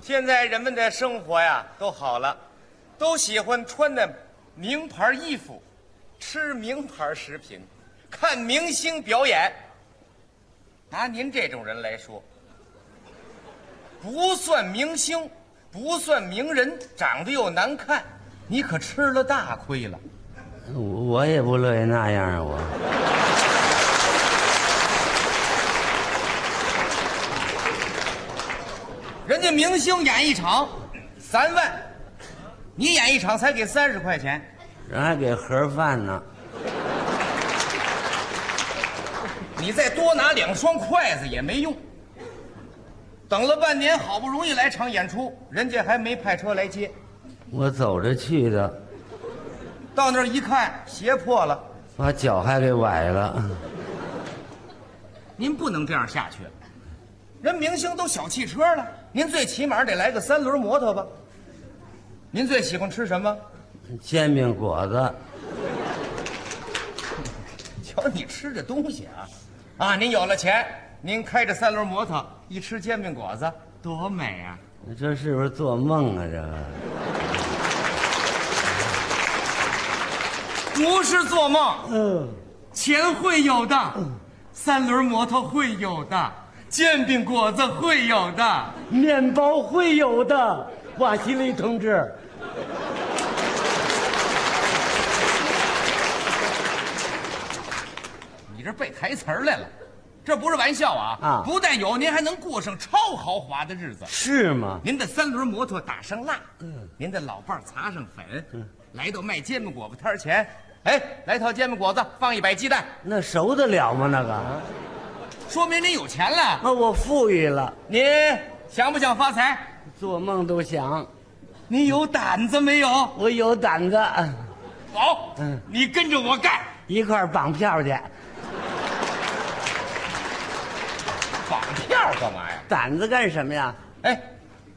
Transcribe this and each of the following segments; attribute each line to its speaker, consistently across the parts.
Speaker 1: 现在人们的生活呀都好了，都喜欢穿的名牌衣服，吃名牌食品，看明星表演。拿您这种人来说，不算明星，不算名人，长得又难看，你可吃了大亏了。
Speaker 2: 我我也不乐意那样啊，我
Speaker 1: 人家明星演一场三万，你演一场才给三十块钱，
Speaker 2: 人还给盒饭呢。
Speaker 1: 你再多拿两双筷子也没用。等了半年，好不容易来场演出，人家还没派车来接，
Speaker 2: 我走着去的，
Speaker 1: 到那儿一看，鞋破了。
Speaker 2: 把脚还给崴了。
Speaker 1: 您不能这样下去，人明星都小汽车了，您最起码得来个三轮摩托吧。您最喜欢吃什么？
Speaker 2: 煎饼果子，
Speaker 1: 瞧你吃这东西啊，啊，您有了钱，您开着三轮摩托，一吃煎饼果子，多美啊！
Speaker 2: 这是不是做梦啊？这个
Speaker 1: 不是做梦，
Speaker 2: 嗯
Speaker 1: 钱会有的，三轮摩托会有的，煎饼果子会有的。
Speaker 2: 面包会有的，瓦西里同志。
Speaker 1: 你这背台词儿来了，这不是玩笑啊！
Speaker 2: 啊
Speaker 1: 不但有，您还能过上超豪华的日子。
Speaker 2: 是吗？
Speaker 1: 您的三轮摩托打上蜡，您的老伴儿擦上粉，来到卖煎饼果子摊儿前，哎，来套煎饼果子，放一百鸡蛋，
Speaker 2: 那熟得了吗？那个，
Speaker 1: 说明您有钱了。
Speaker 2: 那我富裕了，
Speaker 1: 您想不想发财？
Speaker 2: 做梦都想。
Speaker 1: 你有胆子没有？
Speaker 2: 我有胆子，
Speaker 1: 走，你跟着我干，
Speaker 2: 一块儿绑票去。
Speaker 1: 绑票干嘛呀？
Speaker 2: 胆子干什么呀？
Speaker 1: 哎，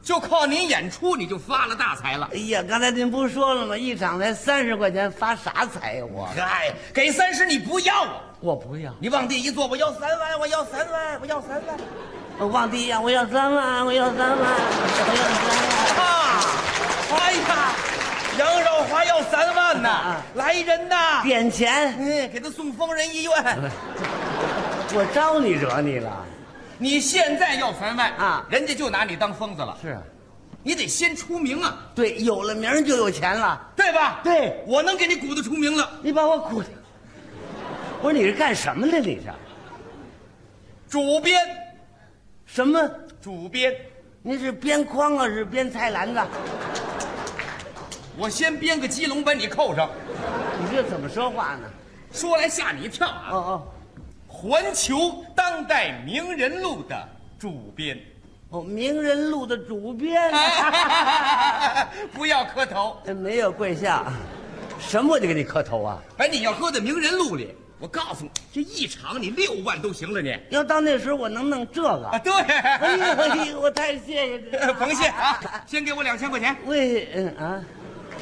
Speaker 1: 就靠您演出，你就发了大财了。
Speaker 2: 哎呀，刚才您不说了吗？一场才三十块钱，发啥财呀？我
Speaker 1: 哎，给三十你不要啊！
Speaker 2: 我不要，
Speaker 1: 你往地一坐，我要三万，我要三万，我要三万
Speaker 2: 我往地呀！我要三万，我要三万，我要三万。
Speaker 1: 啊！哎呀，杨少华要三万呐
Speaker 2: 啊！
Speaker 1: 来人呐！
Speaker 2: 点钱，
Speaker 1: 嗯，给他送疯人医院。
Speaker 2: 我招你惹你了？
Speaker 1: 你现在要三万
Speaker 2: 啊
Speaker 1: 人家就拿你当疯子了。
Speaker 2: 是，
Speaker 1: 你得先出名啊，
Speaker 2: 对，有了名儿就有钱了。
Speaker 1: 对吧？
Speaker 2: 对，
Speaker 1: 我能给你鼓捣出名了。
Speaker 2: 你把我鼓，我说你是干什么的？你是
Speaker 1: 主编，
Speaker 2: 什么？
Speaker 1: 主编，
Speaker 2: 你是编筐啊，是编菜篮子？
Speaker 1: 我先编个鸡笼把你扣上，
Speaker 2: 你这怎么说话呢？
Speaker 1: 说来吓你一跳啊！
Speaker 2: 哦哦
Speaker 1: 环球当代名人录的主编。
Speaker 2: 哦，名人录的主编。
Speaker 1: 不要磕头，
Speaker 2: 哎没有跪下，什么我就给你磕头啊！
Speaker 1: 把哎你要搁在名人录里，我告诉你，这一场你六万都行了你。
Speaker 2: 要到那时候我能弄这
Speaker 1: 啊，
Speaker 2: 个，
Speaker 1: 对，
Speaker 2: 哎呦 哎呦，我太谢谢你了，
Speaker 1: 甭谢啊，先给我两千块钱，
Speaker 2: 喂，嗯啊，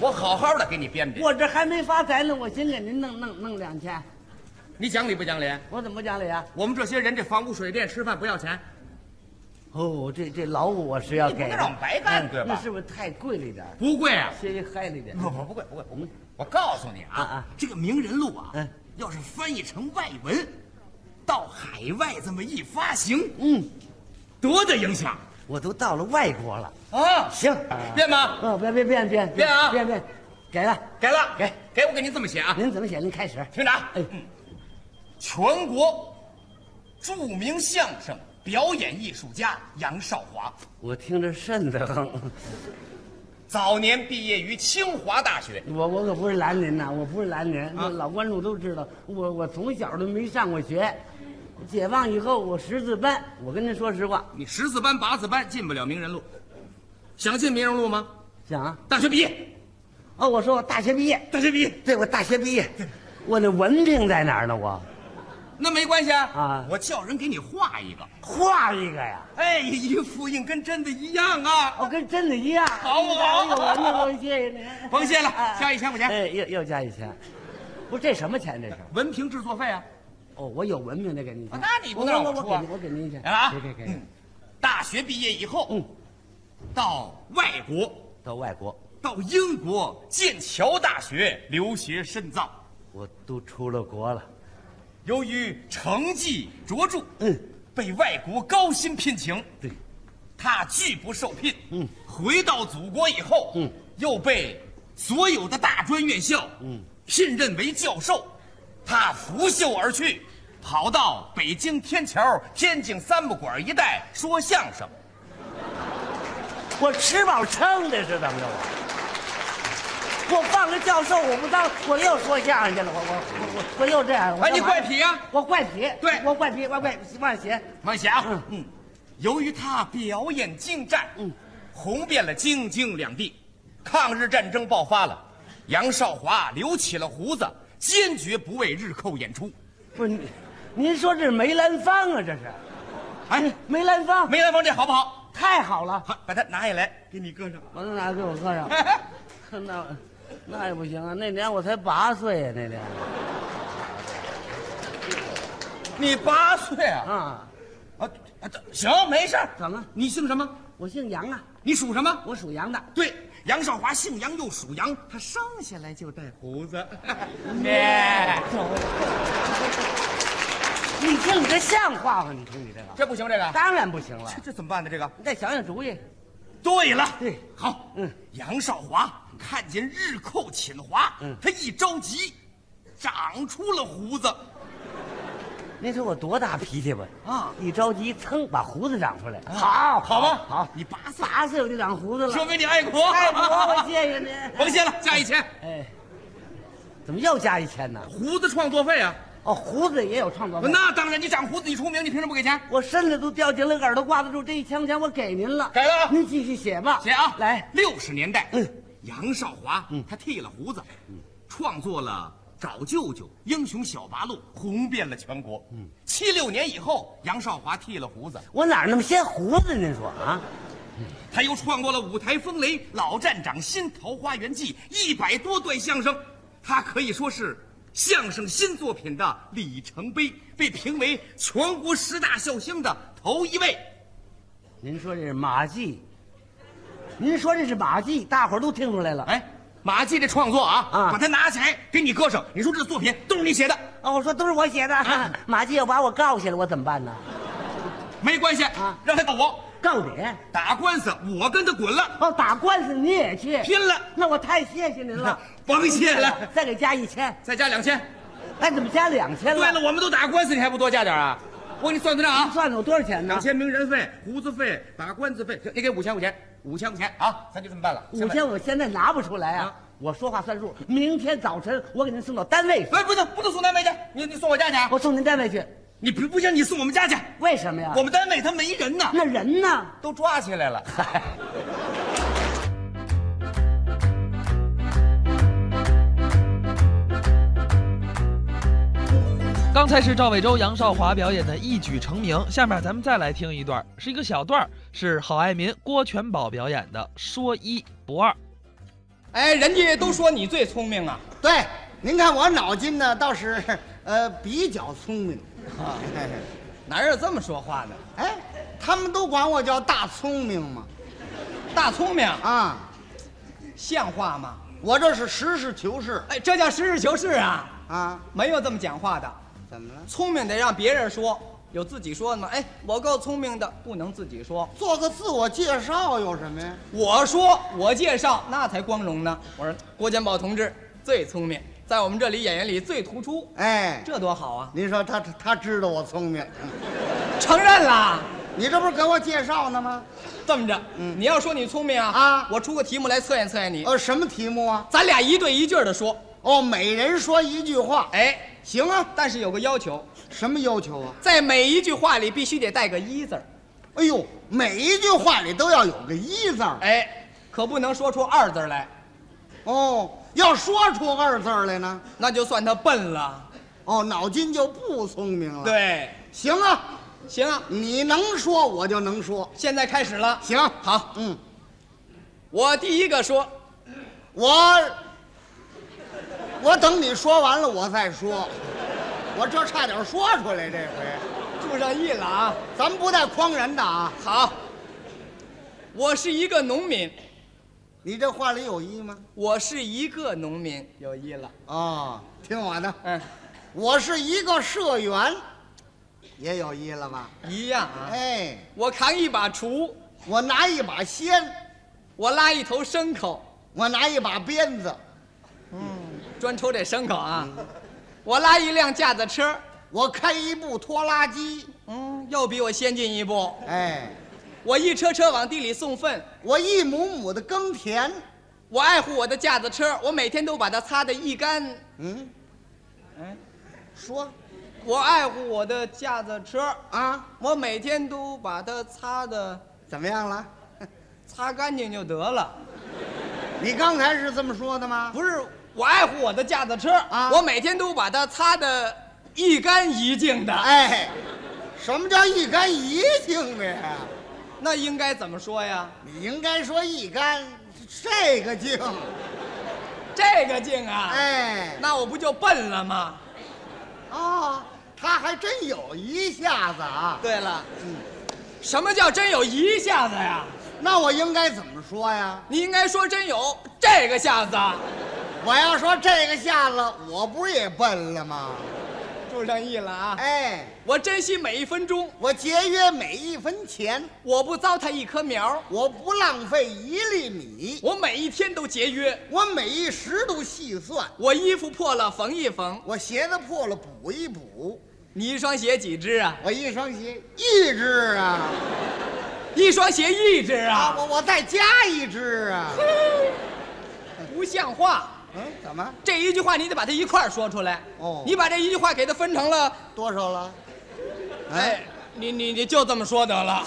Speaker 1: 我好好的给你编编。
Speaker 2: 我这还没发财呢，我先给您弄弄弄两千，
Speaker 1: 你讲理不讲理？
Speaker 2: 我怎么不讲理啊？
Speaker 1: 我们这些人这房屋水电吃饭不要钱，
Speaker 2: 哦，这这劳务我是要给
Speaker 1: 你不能
Speaker 2: 的，嗯
Speaker 1: 让我们白干对吧
Speaker 2: 那是不是太贵了一点儿，
Speaker 1: 不贵啊。
Speaker 2: 稍微嗨了一点？
Speaker 1: 不不不贵不贵，我我告诉你
Speaker 2: 啊
Speaker 1: 啊
Speaker 2: 啊，
Speaker 1: 这个名人录啊
Speaker 2: 嗯，
Speaker 1: 要是翻译成外文，到海外这么一发行，
Speaker 2: 嗯，
Speaker 1: 多大影响
Speaker 2: 我都到了外国了，
Speaker 1: 啊！
Speaker 2: 行，
Speaker 1: 变吧，
Speaker 2: 哦，别别变变
Speaker 1: 变啊
Speaker 2: 变变，给了，
Speaker 1: 给了，
Speaker 2: 给
Speaker 1: 给我给您这么写啊，
Speaker 2: 您怎么写？您开始，
Speaker 1: 厅长，
Speaker 2: 哎
Speaker 1: 嗯，全国著名相声表演艺术家杨少华，
Speaker 2: 我听着瘆得慌，
Speaker 1: 早年毕业于清华大学，
Speaker 2: 我我可不是拦您呐、我不是拦您，那老观众都知道，我我从小都没上过学，解放以后我识字班，我跟您说实话，
Speaker 1: 你十四班八字班进不了名人录，想进名人录吗？
Speaker 2: 想啊，
Speaker 1: 大学毕业，
Speaker 2: 哦，我说我大学毕业，
Speaker 1: 大学毕业，
Speaker 2: 对我大学毕业，我那文凭在哪儿呢？我
Speaker 1: 那没关系啊，
Speaker 2: 啊
Speaker 1: 我叫人给你画一个，
Speaker 2: 画一个呀，
Speaker 1: 哎，一复印跟真的一样啊，
Speaker 2: 我、跟真的一样，
Speaker 1: 好不好
Speaker 2: 哎呦我那我谢谢您，
Speaker 1: 甭谢了
Speaker 2: 哎
Speaker 1: 加一千块钱
Speaker 2: 哎，又又加一千，不是这什么钱这是？
Speaker 1: 文凭制作费啊，
Speaker 2: 哦，我有文凭得给您一千，
Speaker 1: 啊那你不能让
Speaker 2: 我
Speaker 1: 我出啊
Speaker 2: 我我给您我给您一千
Speaker 1: 来了啊
Speaker 2: 给给给，
Speaker 1: 大学毕业以后，
Speaker 2: 嗯
Speaker 1: 到外国，
Speaker 2: 到外国，
Speaker 1: 到英国剑桥大学留学深造。
Speaker 2: 我都出了国了。
Speaker 1: 由于成绩卓著，
Speaker 2: 嗯，
Speaker 1: 被外国高薪聘请，
Speaker 2: 对，
Speaker 1: 他拒不受聘。嗯，回到祖国以后，
Speaker 2: 嗯，
Speaker 1: 又被所有的大专院校，嗯，聘任为教授，他拂袖而去，跑到北京天桥、天津三不管一带说相声。
Speaker 2: 我吃饱撑的是怎么着？我我放了教授，我不当，我又说相声去了，我我我我又这样。我
Speaker 1: 哎你
Speaker 2: 干嘛
Speaker 1: 怪癖啊
Speaker 2: 我怪癖，
Speaker 1: 对
Speaker 2: 我怪癖，我怪忘写。
Speaker 1: 王霞，
Speaker 2: 嗯
Speaker 1: 嗯，由于他表演精湛，嗯，红遍了京津两地。抗日战争爆发了，杨少华留起了胡子，坚决不为日寇演出。
Speaker 2: 不是，您您说这是梅兰芳啊？这是
Speaker 1: 哎，
Speaker 2: 梅兰芳，
Speaker 1: 梅兰芳这好不好？
Speaker 2: 太好了！
Speaker 1: 好，把它拿下来，给你搁上。
Speaker 2: 我能拿给我哥呀？ 那那也不行啊！那年我才八岁啊呀、那年
Speaker 1: 你八岁啊？
Speaker 2: 啊，
Speaker 1: 啊，啊行，没事儿
Speaker 2: 怎么？
Speaker 1: 你姓什么？
Speaker 2: 我姓杨啊，
Speaker 1: 你属什么？
Speaker 2: 我属羊的。
Speaker 1: 对，杨少华姓杨又属羊，他生下来就带胡 子。妹，哎
Speaker 2: 你听你这像话吗？你听你这个，
Speaker 1: 这不行，这个
Speaker 2: 当然不行了
Speaker 1: 这。这怎么办呢？这个。
Speaker 2: 你再想想主意。
Speaker 1: 对了，
Speaker 2: 对
Speaker 1: 好，
Speaker 2: 嗯，
Speaker 1: 杨少华看见日寇侵华，
Speaker 2: 嗯
Speaker 1: 他一着急，长出了胡子，
Speaker 2: 那时候我多大脾气吧？
Speaker 1: 啊
Speaker 2: 一着急，噌把胡子长出来。
Speaker 1: 好好吗？
Speaker 2: 好，
Speaker 1: 你八岁，
Speaker 2: 八岁我就长胡子了。
Speaker 1: 说明你爱国，
Speaker 2: 哎，嗯我我谢谢您。
Speaker 1: 甭谢了，加一千，
Speaker 2: 哎，怎么又加一千呢？
Speaker 1: 胡子创作费啊，
Speaker 2: 哦，胡子也有创作费。
Speaker 1: 那当然，你长胡子你出名，你凭什么不给钱？
Speaker 2: 我身子都掉进了，耳朵挂得住，这一千块钱我给您了。
Speaker 1: 给了啊
Speaker 2: 您继续写吧。
Speaker 1: 写啊，
Speaker 2: 来，
Speaker 1: 六十年代，
Speaker 2: 嗯
Speaker 1: 杨少华，他剃了胡子，创作了。找舅舅，英雄小八路红遍了全国。嗯，七六年以后，杨少华剃了胡子，
Speaker 2: 我哪儿那么些胡子？您说啊？
Speaker 1: 他又创作了《舞台风雷》《老站长新桃花源记》一百多段相声，他可以说是相声新作品的里程碑，被评为全国十大笑星的头一位。
Speaker 2: 您说这是马季，您说这是马季，大伙儿都听出来了。
Speaker 1: 哎，马季这创作啊，
Speaker 2: 啊
Speaker 1: 把它拿起来给你搁上，你说这作品都是你写的，
Speaker 2: 哦，我说都是我写的，
Speaker 1: 啊
Speaker 2: 马季要把我告下来，我怎么办呢？
Speaker 1: 没关系
Speaker 2: 啊
Speaker 1: 让他告我
Speaker 2: 告你？
Speaker 1: 打官司，我跟他滚了，
Speaker 2: 哦，打官司你也去？
Speaker 1: 拼了，
Speaker 2: 那我太谢谢您了，
Speaker 1: 甭 谢了，
Speaker 2: 再给加一千，
Speaker 1: 再加两千。
Speaker 2: 哎，怎么加两千了？
Speaker 1: 对了，，我们都打官司，你还不多加点啊？我给你算算账啊。
Speaker 2: 算算我多少钱呢
Speaker 1: 两？千名人费、胡子费、打官司费，行你给五千块钱，五千块钱啊，咱就这么办了。
Speaker 2: 五千，我现在拿不出来啊
Speaker 1: 啊！
Speaker 2: 我说话算数，明天早晨我给您送到单位去，
Speaker 1: 哎，不能不能送单位去，你你送我家去啊，
Speaker 2: 我啊送您单位去。
Speaker 1: 你不不行，你送我们家去，
Speaker 2: 为什么呀？
Speaker 1: 我们单位他没人呢，
Speaker 2: 那人呢？
Speaker 1: 都抓起 来了。
Speaker 3: 刚才是赵伟洲、杨少华表演的一举成名，下面咱们再来听一段，是一个小段儿，是郝爱民、郭全宝表演的《说一不二》。
Speaker 4: 哎，人家都说你最聪明啊，
Speaker 5: 对，您看我脑筋呢倒是 呃比较聪明，啊
Speaker 4: 哪有这么说话的？
Speaker 5: 哎，他们都管我叫大聪明嘛，
Speaker 4: 大聪明
Speaker 5: 啊，
Speaker 4: 像话吗？
Speaker 5: 我这是实事求是
Speaker 4: 哎，这叫实事求是啊，
Speaker 5: 啊，
Speaker 4: 没有这么讲话的。
Speaker 5: 怎么了？
Speaker 4: 聪明得让别人说，有自己说的吗？哎，我够聪明的，不能自己说。
Speaker 5: 做个自我介绍有什么呀？
Speaker 4: 我说我介绍那才光荣呢。我说郭建宝同志最聪明，在我们这里演员里最突出，
Speaker 5: 哎，
Speaker 4: 这多好啊！
Speaker 5: 您说他他知道我聪明，嗯
Speaker 4: 承认啦。
Speaker 5: 你这不是给我介绍呢吗？
Speaker 4: 这么着，你要说你聪明啊
Speaker 5: 啊
Speaker 4: 我出个题目来测验测验你，
Speaker 5: 呃，什么题目啊？
Speaker 4: 咱俩一对一句儿的说。
Speaker 5: 哦，每人说一句话，
Speaker 4: 哎，
Speaker 5: 行啊？
Speaker 4: 但是有个要求，
Speaker 5: 什么要求啊？
Speaker 4: 在每一句话里必须得带个一字儿，
Speaker 5: 哎呦，每一句话里都要有个一字儿
Speaker 4: 哎，可不能说出二字儿来，
Speaker 5: 哦，要说出二字儿来呢。
Speaker 4: 那就算他笨了。
Speaker 5: 哦，脑筋就不聪明了。，
Speaker 4: 对，
Speaker 5: 行啊，
Speaker 4: 行啊，
Speaker 5: 你能说我就能说。
Speaker 4: 现在开始了。
Speaker 5: 行，
Speaker 4: 好，
Speaker 5: 嗯，
Speaker 4: 我第一个说，
Speaker 5: 我我等你说完了我再说，我这差点说出来这回，
Speaker 4: 注上意了啊。
Speaker 5: 咱们不带诓人的啊。
Speaker 4: 好，我是一个农民，
Speaker 5: 你这话里有意吗？
Speaker 4: 我是一个农民，有意了。
Speaker 5: 啊、听我的，
Speaker 4: 嗯，
Speaker 5: 我是一个社员，也有意了吧？
Speaker 4: 一样啊。
Speaker 5: 哎，
Speaker 4: 我扛一把锄，
Speaker 5: 我拿一把锨，
Speaker 4: 我拉一头牲口，
Speaker 5: 我拿一把鞭子，
Speaker 4: 专抽这牲口啊。我拉一辆架子车，
Speaker 5: 我开一部拖拉机，
Speaker 4: 嗯，又比我先进一步。
Speaker 5: 哎，
Speaker 4: 我一车车往地里送粪，
Speaker 5: 我一亩亩的耕田，
Speaker 4: 我爱护我的架子车，我每天都把它擦得一干。
Speaker 5: 嗯，
Speaker 4: 哎，
Speaker 5: 说
Speaker 4: 我爱护我的架子车，
Speaker 5: 啊，
Speaker 4: 我每天都把它擦的
Speaker 5: 怎么样了？
Speaker 4: 擦干净就得了。
Speaker 5: 你刚才是这么说的吗？
Speaker 4: 不是，我爱护我的架子车
Speaker 5: 啊
Speaker 4: 我每天都把它擦得一干一净的。哎，
Speaker 5: 哎，什么叫一干一净的呀？
Speaker 4: 那应该怎么说呀？
Speaker 5: 你应该说一干这个净，
Speaker 4: 啊这个净啊，
Speaker 5: 哎，
Speaker 4: 那我不就笨了吗？
Speaker 5: 哦，他还真有一下子啊。
Speaker 4: 对了，嗯什么叫真有一下子呀？
Speaker 5: 那我应该怎么说呀？
Speaker 4: 你应该说真有这个下子，啊
Speaker 5: 我要说这个下了，我不是也笨了吗？
Speaker 4: 注上意了啊！
Speaker 5: 哎，
Speaker 4: 我珍惜每一分钟，
Speaker 5: 我节约每一分钱，
Speaker 4: 我不糟蹋一棵苗，
Speaker 5: 我不浪费一粒米，
Speaker 4: 我每一天都节约，
Speaker 5: 我每一时都细算，
Speaker 4: 我衣服破了缝一缝。
Speaker 5: 我鞋子破了补一补，
Speaker 4: 你一双鞋几只啊？
Speaker 5: 我一双鞋一只啊，
Speaker 4: 一双鞋一只
Speaker 5: 啊，
Speaker 4: 啊，
Speaker 5: 我我再加一只啊。
Speaker 4: 不像话。
Speaker 5: 嗯，怎么
Speaker 4: 这一句话你得把它一块儿说出来。
Speaker 5: 哦
Speaker 4: 你把这一句话给它分成了，
Speaker 5: 多少了？嗯
Speaker 4: 哎，你你你就这么说得了。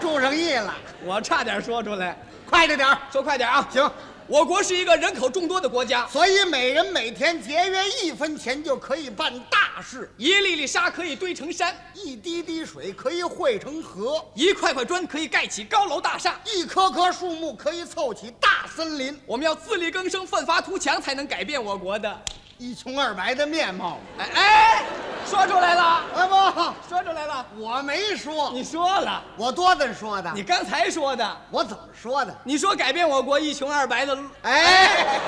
Speaker 5: 注上意了，
Speaker 4: 我差点说出来，
Speaker 5: 快着点儿
Speaker 4: 说快点啊！
Speaker 5: 行。
Speaker 4: 我国是一个人口众多的国家，
Speaker 5: 所以每人每天节约一分钱就可以办大事，
Speaker 4: 一粒粒沙可以堆成山，
Speaker 5: 一滴滴水可以汇成河，
Speaker 4: 一块块砖可以盖起高楼大厦。
Speaker 5: 一棵棵树木可以凑起大森林，
Speaker 4: 我们要自力更生，奋发图强，才能改变我国的。
Speaker 5: 一穷二白的面貌。
Speaker 4: 哎哎，说出来了，
Speaker 5: 哎不，
Speaker 4: 说出来了，
Speaker 5: 我没说，
Speaker 4: 你说了，
Speaker 5: 我多的说的
Speaker 4: 你，刚才说的，
Speaker 5: 我怎么说的？
Speaker 4: 你说改变我国一穷二白的路。
Speaker 5: 哎，